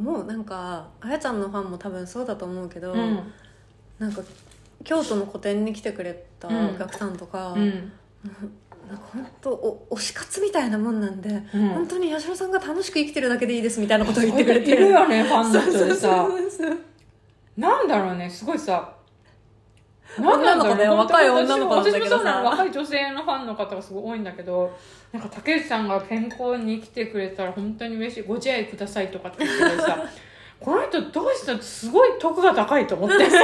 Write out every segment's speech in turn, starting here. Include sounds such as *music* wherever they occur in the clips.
もうなんかあやちゃんのファンも多分そうだと思うけど、うんなんか京都の個展に来てくれたうんお客さんとか、うんなんか本当お推し活みたいなもんなんで、うん本当に八代さんが楽しく生きてるだけでいいですみたいなことを言っていくれてるよねファンそのう人そうそでうさそうなんだろうねすごいさ女の子ねなんだろう若い女の子なんだけどさ私もそうなの若い女性のファンの方がすごい多いんだけどなんか竹内さんが健康に来てくれたら本当に嬉しいご自愛くださいとかって言ってさこの人どうしたすごい徳が高いと思っ *laughs* てそう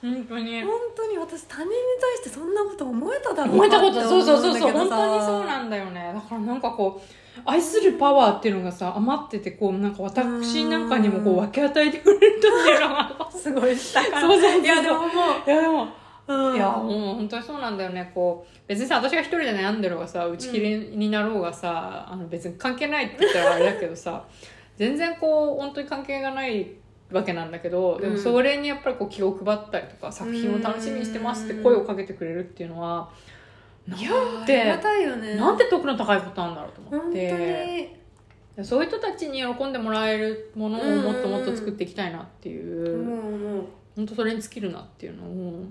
本当に *laughs* 本当に私他人に対してそんなこと思えただろう思かえたこってとそ思うそうそうんだそうけど本さ当にそうなんだよねだからなんかこう愛するパワーっていうのがさ余っててこうなんか私なんかにもこう分け与えてくれるっていうのがすごいしたからそうそうそういやでももいやでも *laughs* う、うん、いやもう本当にそうなんだよねこう別にさ私が一人で悩んでろうがさ打ち切りになろうがさ、あの別に関係ないって言ったらあれだけ *laughs* どさ全然こう本当に関係がないわけなんだけどでもうんそれにやっぱりこう気を配ったりとか作品を楽しみにしてますって声をかけてくれるっていうのは、いやなんありがてたいよねなんて得の高いことなんだろうと本当思っにてそういう人たちに喜んでもらえるものをもっともっと作っていきたいなっていう、もうもう本当それに尽きるなっていうのを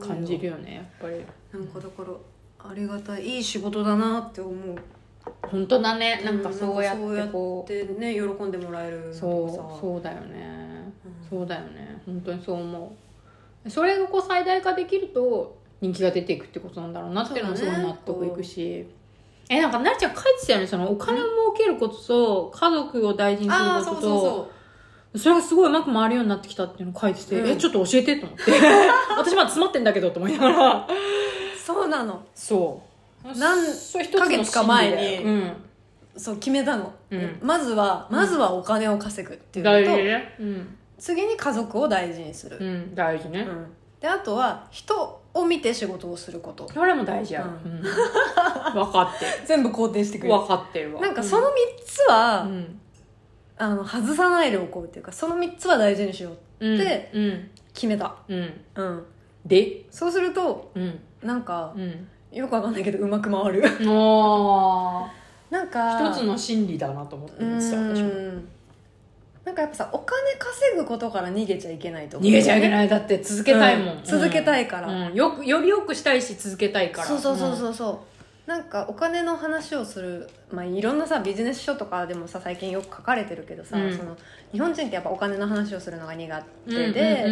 感じるよねやっぱり。なんかだからありがたいいい仕事だなって思う本当だねなんかうんそうやっなんかそうやっててこうでね喜んでもらえるのがさそうそうだよねうんそうだよね本当にそう思うそれがこう最大化できると人気が出ていくってことなんだろうなっていうのもすそうごだいね納得いくし、えなんかなりちゃん書いてたよねそのお金を儲けることと家族を大事にするああこそうとそうとそうそれがすごいうまく回るようになってきたっていうのを書いてて、うんえちょっと教えてと *laughs* 思って私まだ詰まってんだけどと思いながらそうなのそうなんそう一ヶ月か前にうんそう決めたの、うんまずはまずはお金を稼ぐっていう大事のとねうん次に家族を大事にする、うん、大事ね、うんであとは人を見て仕事をすることそれも大事やろ、う *laughs* うん分かって全部肯定してる分かってるわなんかその3つは、うんあの外さないでおこうっていうかその3つは大事にしようってうんでうん決めた、うんうん、でそうするとうんなんかうんよくわかんないけどうまく回 *laughs* るあなんあか一つの心理だなと思ってうるんですよ私もーんなんかやっぱさお金稼ぐことから逃げちゃいけないと思う逃げちゃいけいないだって続けたいもん、うん続けたいからうんよくよりよくしたいし続けたいからそうそうそうそうそう、なんかお金の話をする、まあ、いろんなさビジネス書とかでもさ最近よく書かれてるけどさ、うんその日本人ってやっぱお金の話をするのが苦うん手で、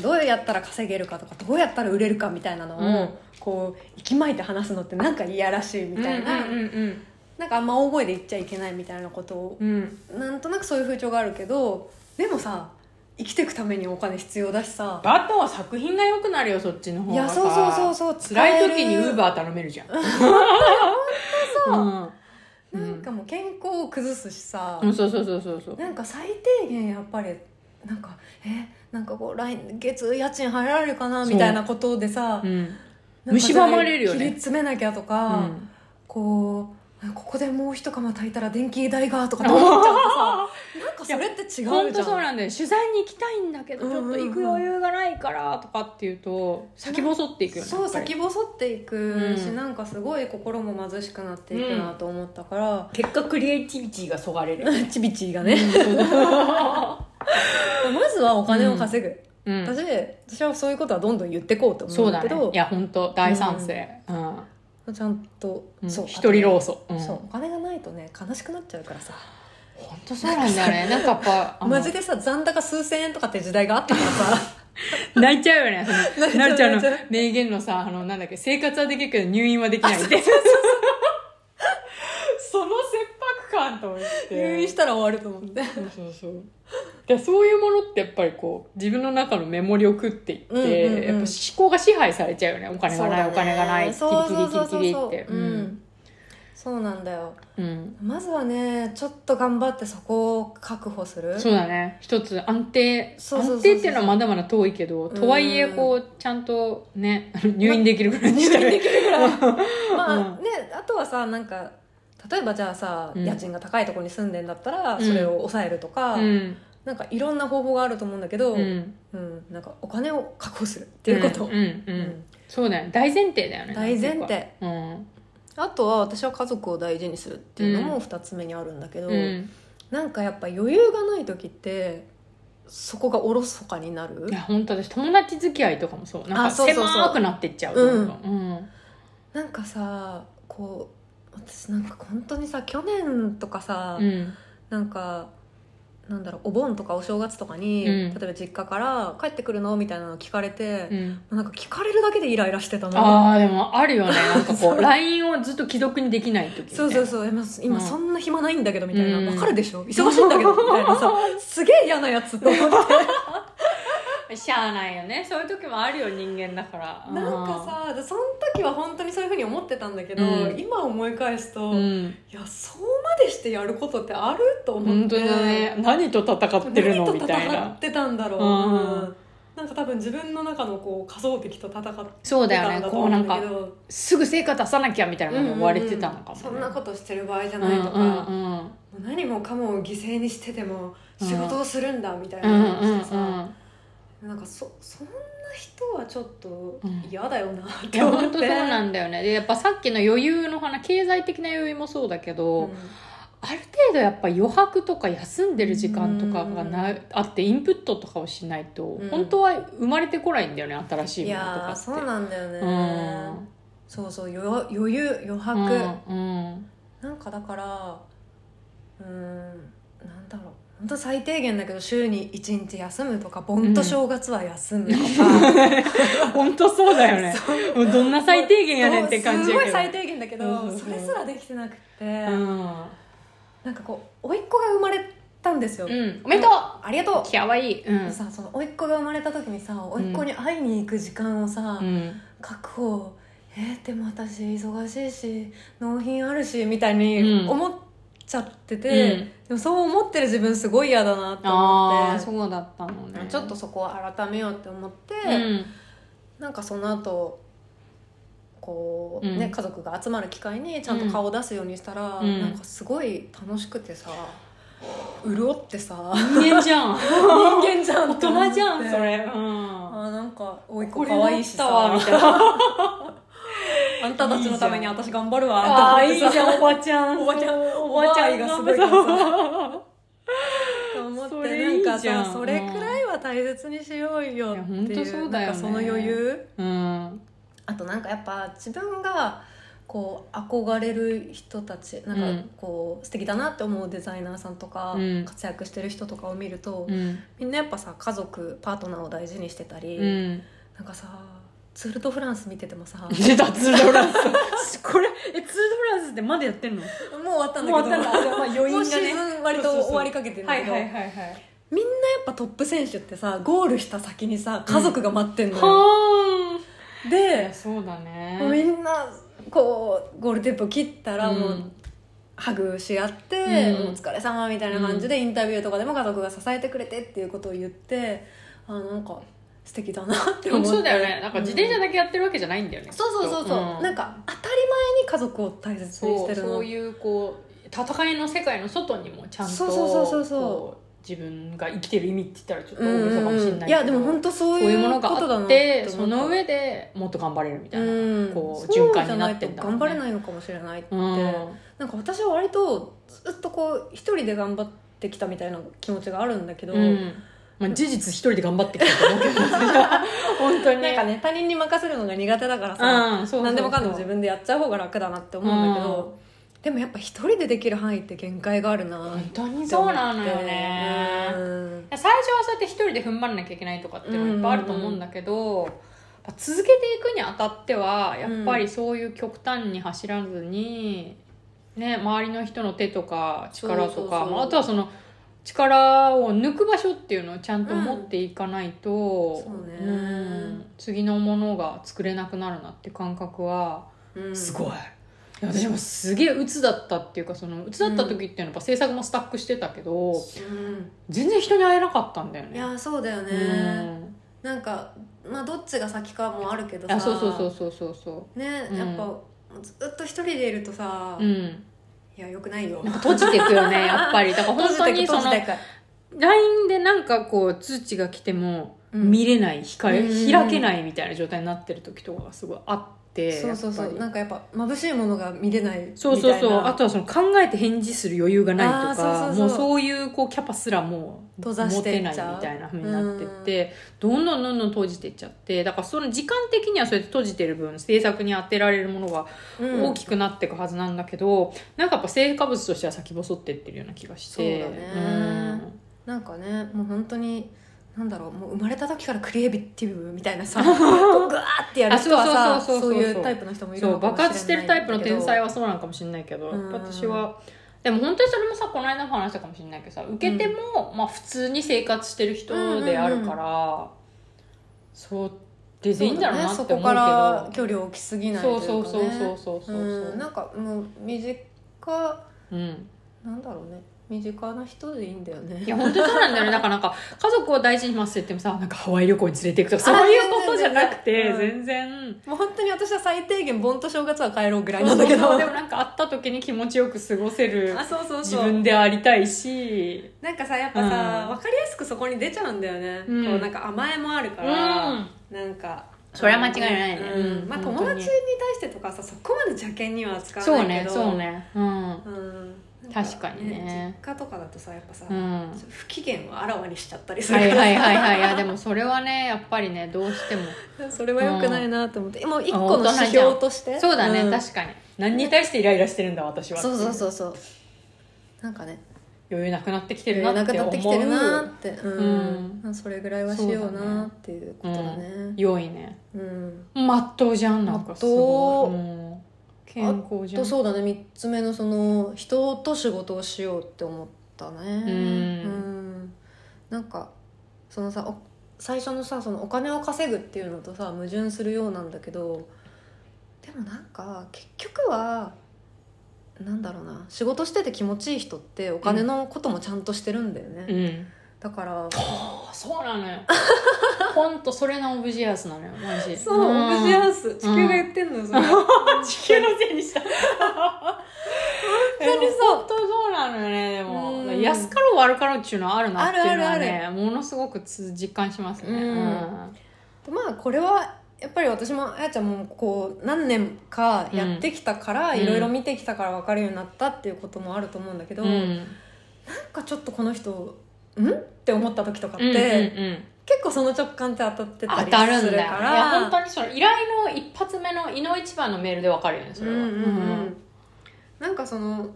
どうやったら稼げるかとかどうやったら売れるかみたいなのを、うんこう息巻いて話すのってなんかいやらしいみうんうんうんたいな、うんうんなんかあんま大声で言っちゃいけないみたいなことをうんうんなんとなくそういう風潮があるけどでもさ生きていくためにお金必要だしさバットは作品が良くなるよそっちの方いがやさそうそうそうそう辛い時にウーーバー頼めるじゃん本当そう、うん、なんかもう健康を崩すしさ、うん、そうそうそうそうそうなんか最低限やっぱりなんかえなんかこう来月家賃払えるかなそうみたいなことでさう、んなんかそ蝕まれるよね切り詰めなきゃとうか、んこうここでもう一釜炊いたら電気代がとかって思っちゃ *laughs* ってさなんかそれって違うじゃん本当そうなんだよ取材に行きたいんだけどちょっと行く余裕がないからとかっていうと先細っていくよねそうやっぱり先細っていくし、うんなんかすごい心も貧しくなっていくなと思ったから、結果クリエイティビティがそがれる *laughs* ちびちがね *laughs* まずはお金を稼ぐ、うん私私はそういうことはどんどん言ってこうと思そううんだだけねどい、や本当大賛成うんちゃんと、うんそう一人労組うんそうお金がないとね悲しくなっちゃうからさ本当そうなんだよねなんかやっぱあのマジでさ残高数千円とかって時代があったから *laughs* さ泣いちゃうよねその *laughs* 泣いちゃうなるちゃん泣のいち名言のさあのなんだっけ生活はできるけど入院はできないって *laughs* その切迫感と思って入院したら終わると思ってそうそうそうでそういうものってやっぱりこう自分の中のメモリを食っていって、うんうんうんやっぱ思考が支配されちゃうよねお金がない、そうだねお金がないキそうリキそうリキそうリそキうリってそううんそうなんだようんうんまずはねちょっと頑張ってそこを確保するそうだね一つ安定そうそうそうそう安定っていうのはまだまだ遠いけどとはいえうんこうちゃんとね入院できるぐらいに入した院らできるぐ *laughs* らいまあうねあとはさなんか例えばじゃあさ、うん家賃が高いところに住んでんだったらうんそれを抑えるとか、うんなんかいろんな方法があると思うんだけど、ううんんなんかお金を確保するっていうこと、うんうんうんそうだよね大前提だよね大前なんていう提かうんあとは私は家族を大事にするっていうのも2つ目にあるんだけど、うんなんかやっぱ余裕がない時ってそこがおろそかになるいや本当私友達付き合いとかもそうなんあかそうそうそう狭くなってっちゃううんどんどんうんなんかさこう私なんか本当にさ去年とかさ、うんなんかなんだろうお盆とかお正月とかに、うん例えば実家から「帰ってくるの?」みたいなの聞かれてう、んなんか聞かれるだけでイライラしてたのああでもあるよねなんか *laughs* こそうう LINE をずっと既読にできない時みたいなそうそうそう今今そんな暇ないんだけどみたいな、うんわかるでしょ忙しいん *laughs* だけどみたいなさすげえ嫌なやつと思ってしゃあないよねそういう時もあるよ人間だからなんかさでその時は本当にそういうふうに思ってたんだけど、うん今思い返すと、ういんやそうまでしてやることってあると思って本当だね何と戦ってるの何みとたい戦っなてたんだろう、うんうんなんか多分自分の中のこう仮想敵と戦ってたんそうだよだねと思こううんなだんかけどすぐ成果出さなきゃみたいなのも追われてたのかもね、うんうんうんそんなことしてる場合じゃとないとか、うんもううん何もかもを犠牲にしてでも仕事をするんだみたいうんなうんうのんをしてさ、うんなんかそそんな人はちょっとうん嫌だよなっいてや思って、本当そうなんだよねでやっぱさっきの余裕の話経済的な余裕もそうだけうど、んある程度やっぱ余白とか休んでる時間とかがな、あってインプットとかをしないと、うん本当は生まれてこないんだよね新しいいものとやかーってそうなんだよね、うんそうそう余余裕余白、うんうんなんかだからうーんなんだろう本当最低限だけど週に1日休むとか盆と正月は休むとか、本当そうだ *laughs* よねもうどんな最低 *laughs* 限やねんって感じすやごけいど最低限だけどそうそうそそうれすらできてなくて、うん、なんかこう甥っ子が生まれたんですよ、うん、おめでとうありがとうかわいいうん、さその甥っ子が生まれた時にさ甥っ子に会いに行く時間をさ、うん、確保えー、でも私忙しいし納品あるしみたいうにん思っちゃってて、うんでもそう思ってる自分すごい嫌だなってああ思ってそうだったのねちょっとそこを改めようって思って、うんなんかその後こう、うんね家族が集まる機会にちゃんと顔を出すようにしたら、うんなんかすごい楽しくてさ潤って *laughs* さ人間じゃん人間じゃん大って思って人じゃんそれうんあーなんか甥いっこ子れ可愛いし治ったわさみたいな *laughs* あんたたちのために私頑張るわああと思いっていさじゃんおばちゃんおばちゃんおばちゃおばあんいがすごいけどさと思ってそれいいなんかじゃんさそれくらいは大切にしようよってうんいいやほんとうそうだよねなんかその余裕うんあとなんかやっぱ自分がこう憧れる人たちなうんかんこう素敵だなって思うデザイナーさんとか、うん活躍してる人とかを見ると、うんみんなやっぱさ家族パートナーを大事にしてたり、うんなんかさツール・ド・フランス見ててもさもう出たツール・ド・フランスこれえツール・ド・フランスってまだやってんの終わったんだけどもう終わったんだじゃあまあ余韻がねもうシーズン割と終わりかけてるんだけど、はいはいみんなやっぱトップ選手ってさゴールした先にさ家族が待ってんのよ、はあいやで、そうだもうみねんなこうゴールテープを切ったらもう、うんハグし合って、うんお疲れ様みたいな感じで、インタビューとかでも家族が支えてくれてっていうことを言ってあなんか素敵だなって思ってそうだよねなんか自転車うんだけやってるわけじゃないんだよね、そうそうそうそう、うんなんか当たり前に家族を大切にしそてうるのそういうこう戦いの世界の外にもちゃんとそうそうそうそうそうこう自分が生きてる意味って言ったらちょっとうん大げうさかもしんれないうけんどいやでも本当そうそういいううものこがとだあなってって思ったその上でもっと頑張れるみたいな、うんこうそう循環になってんだろじゃないと頑うね張れないのかもしれないって、うんなんか私は割とずっとこう一人で頑張ってきたみたいな気持ちがあるんだけど、うんまあ、事実一人で頑張ってきた *laughs* と思うけど本当になんかね他人に任せるのが苦手だからさ、うん、そうそうそう何でもかんでも自分でやっちゃう方が楽だなって思うんだけど、でもやっぱ一人でできる範囲って限界があるなって思って本当にそうなのよね、うん最初はそうやって一人で踏ん張らなきゃいけないとかっていうのはいっぱいあると思うんだけど、やっぱ続けていくにあたってはやっぱりそういう極端に走らずに、ね、周りの人の手とか力とかそうそうそうまあ、あとはその力を抜く場所っていうのをちゃんと持っていかないと、うんそうねん次のものが作れなくなるなっていう感覚はうんすごい。いや私もすげえ鬱だったっていうかその鬱だった時っていうのはやっぱ制作もスタックしてたけど、うん全然人に会えなかったんだよね。いやそうだよね、うんなんかまあどっちが先かもあるけどさあそうそうそうそうそうそねうんやっぱ、ずっと一人でいるとさ、うういんやよくないよなんか閉じていく *laughs* よねやっぱりだから本当にその閉じてく閉じて LINE でなんかこう通知が来てもくうん見れない、控えうん開けないみたいな状態になってる時とかがすごいあっってそうそうそやっうぱりなんかやっぱ眩しいものが見れないみたいなそうそうそうあとはその考えて返事する余裕がないとかあーそうそうそうもうそういうこうキャパすらもう閉ざ持しててなっいちゃうみたいなふうになってってどんどんどんどん閉じていっちゃってだからその時間的にはそうやって閉じてる分制作に当てられるものがうん大きくなっていくはずなんだけど、なんかやっぱ成果物としては先細ってってるような気がしてそうだねなんかねもう本当になんだろうもう生まれた時からクリエイティブみたいなさこうグワーってやる人はさあそうそそうそうそううそういうタイプの人もいるそうのかも爆発してるタイプの天才ははそうなのかもしれないけど、うん私はでも本当にそれもさこの間の話したかもしれないけどさ受けても、まあ、普通に生活してる人であるから、そうでいいんだろうなってそ思うけどこから距離を置きすぎないといそううか、ね、そうそうそうそうそううんなんかもう身近うんなんだろうね身近な人でいいんだよねいや本当にそうなんだよねだからなんか家族を大事にしますって言ってもさなんかハワイ旅行に連れていくとかそういうことじゃなくてあ全然全然もう本当に私は最低限盆と正月は帰ろうぐらいなんだけどでもなんか会った時に気持ちよく過ごせるあそうそう自そう分でありたいしなんかさやっぱさ、うん分かりやすくそこに出ちゃうんだよね、うんこうなんか甘えもあるから、なんかそれは間違いないねうんうんまあ、本友当達にに対してとかさそこまで邪険には使そわうないねけどそうねうんうん、なん確かにね実家とかだとさやっぱさ、うん不機嫌をあらわにしちゃったりするはからいさ、はいはいはいいやでもそれはねやっぱりねどうしてもそれは良くないなと思って、もう一個の指標としてそうだね、ん確かに何に対してイライラしてるんだ私はそうそうそううそうなんかね余裕なくなってきてるななっくてな思ってきてるなっうてうんん、それぐらいはしようなっていうことだね良いねうんまっとうじゃんなんかすごい真っうん健康じゃとんそうだね3つ目のその人と仕事をしようって思ったねうんんなんかそのさお最初のさそのお金を稼ぐっていうのとさ矛盾するようなんだけどでもなんか結局はなんだろうな仕事してて気持ちいい人ってお金のこともちゃんとしてるんだよね、うんだからあそうな *laughs* のよほんとそれのオブジェアスなのよマジそう、オブジェアス地球が言ってんのよそれ、本地球のせいにした本当にでもそう本当そうなのよねでも、うん安かろう悪かろうっていうのはあるなっていうのはあるねあものすごくつ実感しますね、うんうんまあこれはやっぱり私もあやちゃんもこう何年かやってきたからうんいろいろ見てきたから分かるようになったっていうこともあると思うんだけど、うんなんかちょっとこの人んって思った時とかって、うんうんうん結構その直感って当たってた当りたるんするだかよねいやら本当にその依頼の一発目のいの一番のメールでわかるよねそれは、うんうんうんなんかその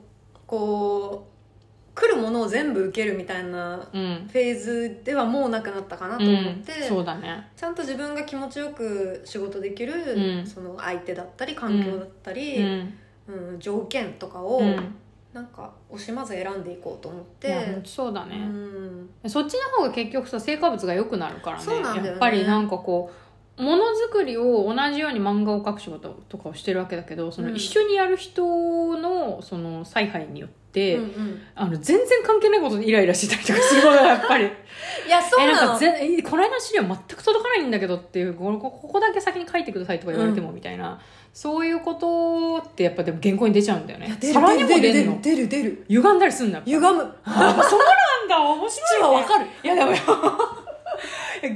こう来るものを全部受けるみたいなうんうんフェーズではもうなくなったかなとう思っんて、そうだねちゃんと自分が気持ちよく仕事できる、うんその相手だったり環境だったうり、うんん条件とかを、うんなんか惜しまず選んでいこうと思っいて、や本当そうだうね、ん、そっちの方が結局さ成果物が良くなるからねそうなんだよねやっぱりなんかこうものづくりを同じように漫画を描く仕事とかをしてるわけだけどそのうん一緒にやる人のその采配によって、うんうんあの全然関係ないことでイライラしてたりとかすることがやっ *laughs* ぱりいやそうえなんなかのぜえこの間の資料全く届かないんだけどっていうここここだけ先に書いてくださいとか言われてもみたいな、そういうことってやっぱでも原稿に出ちゃうんだよねさらにも出んの出る出る歪んだりすんだよ歪むあそうなんだ面白い、ね、父はわかるいやでもいや原稿に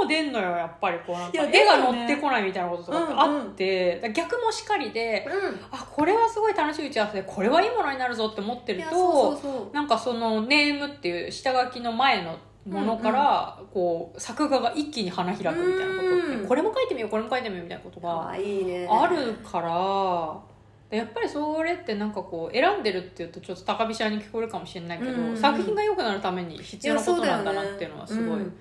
も出んのよやっぱりこうなんかいや絵が出るよね載ってこないみたいなこととかってあって、だから逆もしかりであこれはすごい楽しい打ち合わせでこれはいいものになるぞって思ってうんいるやそうとそうそうなんかそのネームっていう下書きの前のものから、こう作画が一気に花開くみたいなことって、うんこれも書いてみようこれも書いてみようみたいなことかがわいいねあるからでやっぱりそれってなんかこう選んでるっていうとちょっと高飛車に聞こえるかもしれないけど、うんうんうん作品が良くなるために必要なことなんだなっていうのはすごいいやそうだよね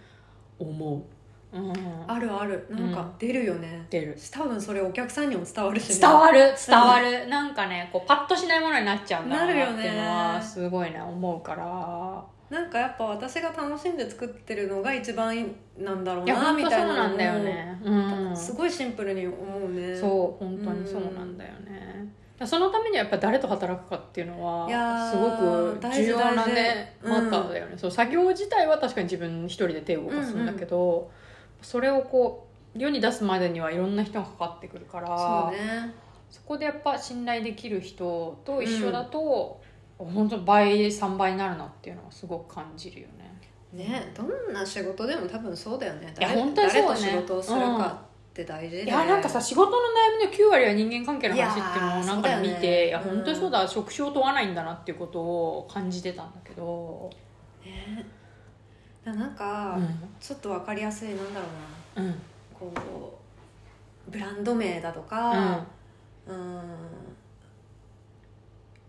思う。うんうんあるあるなんうか出るよね、出る多分それお客さんにも伝わるしね、伝わる伝わる、なんかねこうパッとしないものになっちゃうんだななるよってねいうのはすごいね思うから。なんかやっぱ私が楽しんで作ってるのが一番いいなんだろういやな本み当たそいうななんだよね、うん、すごいシンプルに思うねそう本当にそうなんだよね、そのためにはやっぱ誰と働くかっていうのいやーはすごく重要なね大事大マ事ターだよね、そう作業自体は確かに自分一人で手を動かすんだけど、それをこう世に出すまでにはいろんな人がかかってくるからそうねそこでやっぱ信頼できる人と一緒だと、本当倍3倍になるなっていうのはすごく感じるよねねどんな仕事でも多分そうだよねいや誰本当にそうだね誰と仕事をするかって大事でいやなんかさ仕事の悩みの9割は人間関係の話っていうのいやーをなんか見そうていだや,、よねうん本当にそうだ職種を問わないんだなっていうことを感じてたんだけど、ねだなんうか、んちょっとわかりやすいなんだろううんなこうブランド名だとか、うん、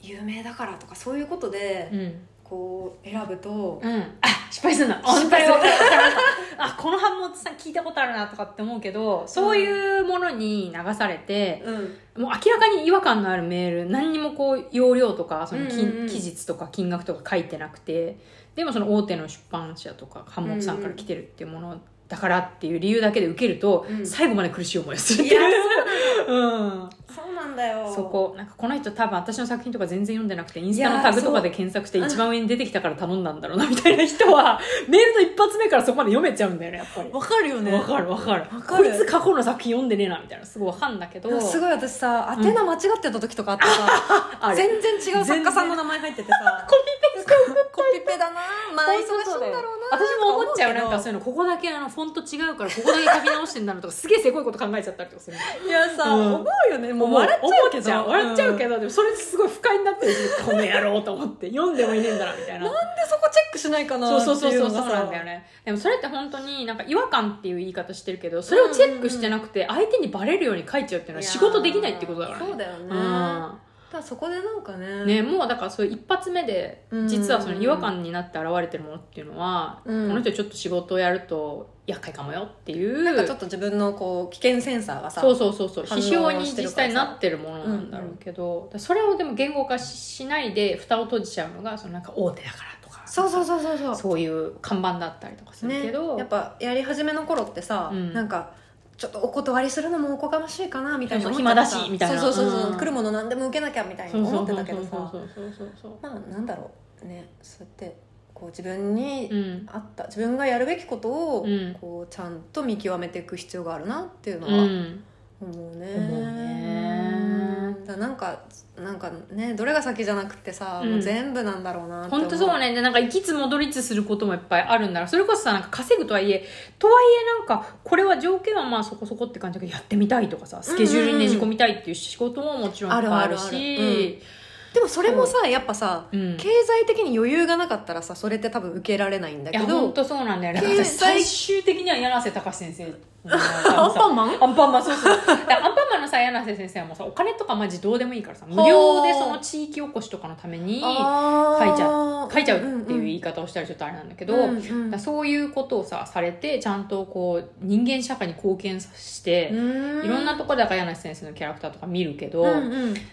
有名だからとかそういうことで、うんこう選ぶと、うん、あ失敗するな失敗する本当に分かるあこの反応さ聞いたことあるなとかって思うけどそういうものに流されて、うんもう明らかに違和感のあるメール何にもこう容量とかその金、うんうんうん期日とか金額とか書いてなくてでもその大手の出版社とか版木さんから来てるっていうものだからっていう理由だけで受けると、うん最後まで苦しい思いをするっいてやいう、うん、そうなんだよそこなんかこの人多分私の作品とか全然読んでなくてインスタのタグとかで検索してそう一番上に出てきたから頼んだんだろうなみたいな人は *laughs* メールの一発目からそこまで読めちゃうんだよねやっぱりわかるよねわかるわかるわかるこいつ過去の作品読んでねえなみたいなすごいわかんだけどすごい私さうん宛名間違ってた時とかあってさ、あれ全然違う作家さんの名前入っててさコピペコピペだなまあ忙しいんだろうな私も思っちゃうとなかんか思そういうのここだけあのフォント違うからここだけ書き直してんだなとかすげえせこいこと考えちゃったりとかするうけどいやさ、うん思うよねもう笑っちゃうけ思ちゃどう笑っちゃうけんど、でもそれすごい不快になってるしこの野郎と思って読んでもいねえんだなみたいななんでそこチェックしないかなそうそうそうそっていうそのうがさなんだよねでもそれって本当になんか違和感っていう言い方してるけどそれをチェックしてなくて相手にバレるように書いちゃうっていうのは仕事できないってことだからいやーそうねだよね、うだかんらそこでなんかねね、もうだからそういう一発目でうん実はその違和感になって現れてるものっていうのは、うんこの人ちょっと仕事をやると厄介かもよっていうなんかちょっと自分のこう危険センサーがさそうそうそうそう反応批してる評からさに実際なってるものなんだろうけど、だからそれをでも言語化ししないで蓋を閉じちゃうのがそのなんか大手だからとかそうそうそうそうそうそういう看板だったりとかするけど、ね、やっぱやり始めの頃ってさ、うんなんかちょっとお断りするのもおこがましいかなみたいなそうそう思っちゃって暇だしみたいなそうそうそうそう、うん来るもの何でも受けなきゃみたいに思ってたけどさそうそうそうそうまあなんだろうねそうやってこう自分にうんあった、自分がやるべきことを、うんこうちゃんと見極めていく必要があるなっていうのうはん思うね,、思うねだからなんかなんかねどれが先じゃなくてさ、うんもう全部なんだろうなって思本当そうねでなんか行きつ戻りつすることもいっぱいあるんだろうそれこそさなんか稼ぐとはいえとはいえなんかこれは条件はまあそこそこって感じだけどやってみたいとかさスケジュールにねじ込みたいっていう仕事ももちろんいっぱいあるあるあるしでもそれもさやっぱさうん経済的に余裕がなかったらさそれって多分受けられないんだいけやど本当そうなんだよね経済私最終的には柳瀬隆先生のア *laughs* ンパさンマンアンパンマンそうそうだからアンパンマンのさ柳瀬先生はもうさお金とかマジどうでもいいからさ無料でその地域おこしとかのために書いちゃ書いちゃうっていう言い方をしたらちょっとあれなんだけど、だからそういうことをさされてちゃんとこう人間社会に貢献させて、いろんなとこでだから柳瀬先生のキャラクターとか見るけど、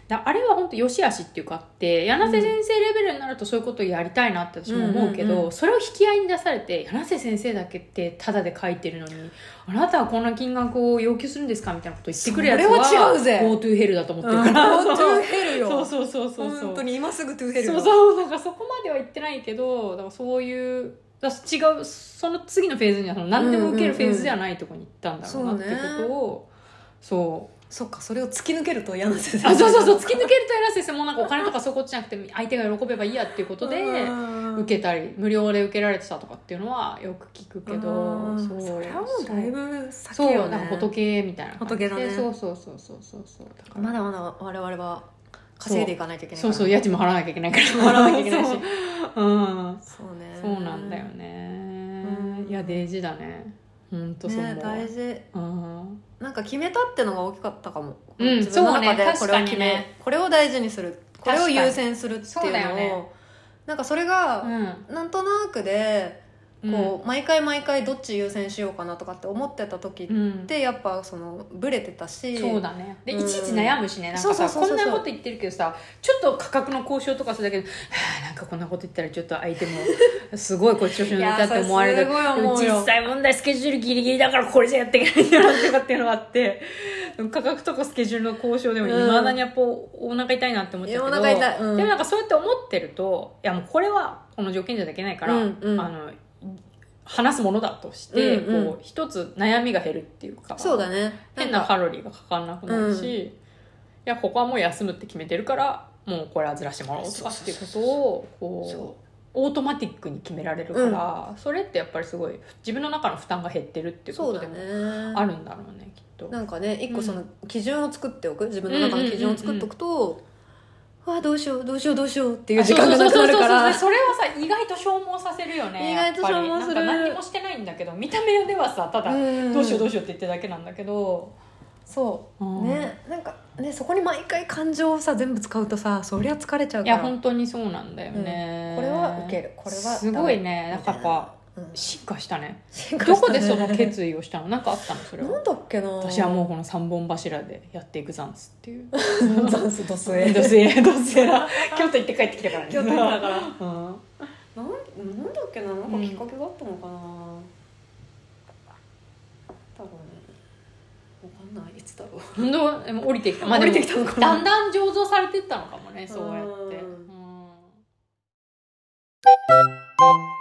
だあれは本当良し悪しっていうかあって柳瀬先生レベルになるとそういうことをやりたいなって私も思うけうんど、うんうんうそれを引き合いに出されて柳瀬先生だけってタダで書いてるのにあなたはこんな金額を要求するんですかみたいなこと言ってくるやつそれは違うぜ GoToHell だと思ってるから、本当ヘルよ *laughs* そうそうそうそうそう本当に今すぐトゥーヘルそうそうなんかそこまでは言ってないけどだからそういうだから違うその次のフェーズにはその何でも受けるフェーズではないところに行ったんだろうなってことを、そうそっかそれを突き抜けると嫌な先生あそうそうそう突き抜けると偉い先生もなんかお金とかそういうことじゃなくて相手が喜べばいいやっていうことで受受けたり無料で受けられてたとかっていうのはよく聞くけどそうそれはもうだいぶ先そうよなんかね仏みたいな感じで仏だねそうそうそうそうそうそうだからまだまだ我々は稼いでいかなきゃいけないそうそうや家賃も払わなきゃいけ *laughs* ないから払わなきゃいけないしそううんそうねそうなんだようねんいや大事だね本当そう思ねうわ大事うんなんか決めたってのが大きかったかも、うん自分の中でそこれを決うね確かにめ、ねこれを大事にするこれを優先するってそういうだよのをねなんかそれうがんなんとなくで、こう毎回毎回どっち優先しようかなとかって思ってた時うっんてやっぱそのブレてたしそうだねで、うんいちいち悩むしねなんかさそうそうそうそうこんなこと言ってるけどさちょっと価格の交渉とかするだけどはあなんかこんなこと言ったらちょっと相手も *laughs* すごいこっち調子に乗ったって思われるいやそれすごい思うよでも実際問題スケジュールギリギリだからこれじゃやっていけないんだなとかっていうのがあってでも価格とかスケジュールの交渉でもいまだにやっぱお腹痛いなって思っちゃうけど、いやお腹痛いうんでもなんかそうやって思ってるといやもうこれはこの条件じゃできないから、うんうんあの話すものだとして、うんうんこう一つ悩みが減るっていうかそうだね変なかカロリーがかかんなくなるし、うんいやここはもう休むって決めてるからもうこれはずらしてもらおうとかっていうことをそこうオートマティックに決められるから、それってやっぱりすごい自分の中の負担が減ってるっていうこそうとだでもねあるんだろうねきっとなんかね一う個んその基準を作っておく、自分の中の基準を作っておくと、うわどうしようどうしようどうしようっていう時間がなくなるからあそうそうそうそうそれはさ意外と消耗させるよね意外と消耗するやっぱりなんか何にもしてないんだけど見た目ではさただうんどうしようどうしようって言ってるだけなんだけど、そう、うんねなんかねそこに毎回感情をさ全部使うとさそりゃ疲れちゃういからや本当にそうなんだよね、これは受けるこれはダメすごいねなんかやっみぱたいなうん進化したね進化したどねこでその決意をしたのなんかあったのそれなはんだっけな私はもうこの三本柱でやっていくざんすっていううダンスドス *laughs* エどうせどう *laughs* せな京都行って帰ってきたからね京都行ったからうんなんなんだっけななんかきっかけがあったのかな、多分わかんないいつだろう本当でも降りてきた、まあ、降でりてもきたのかなだんだん醸造されてったのかもねそうやってううん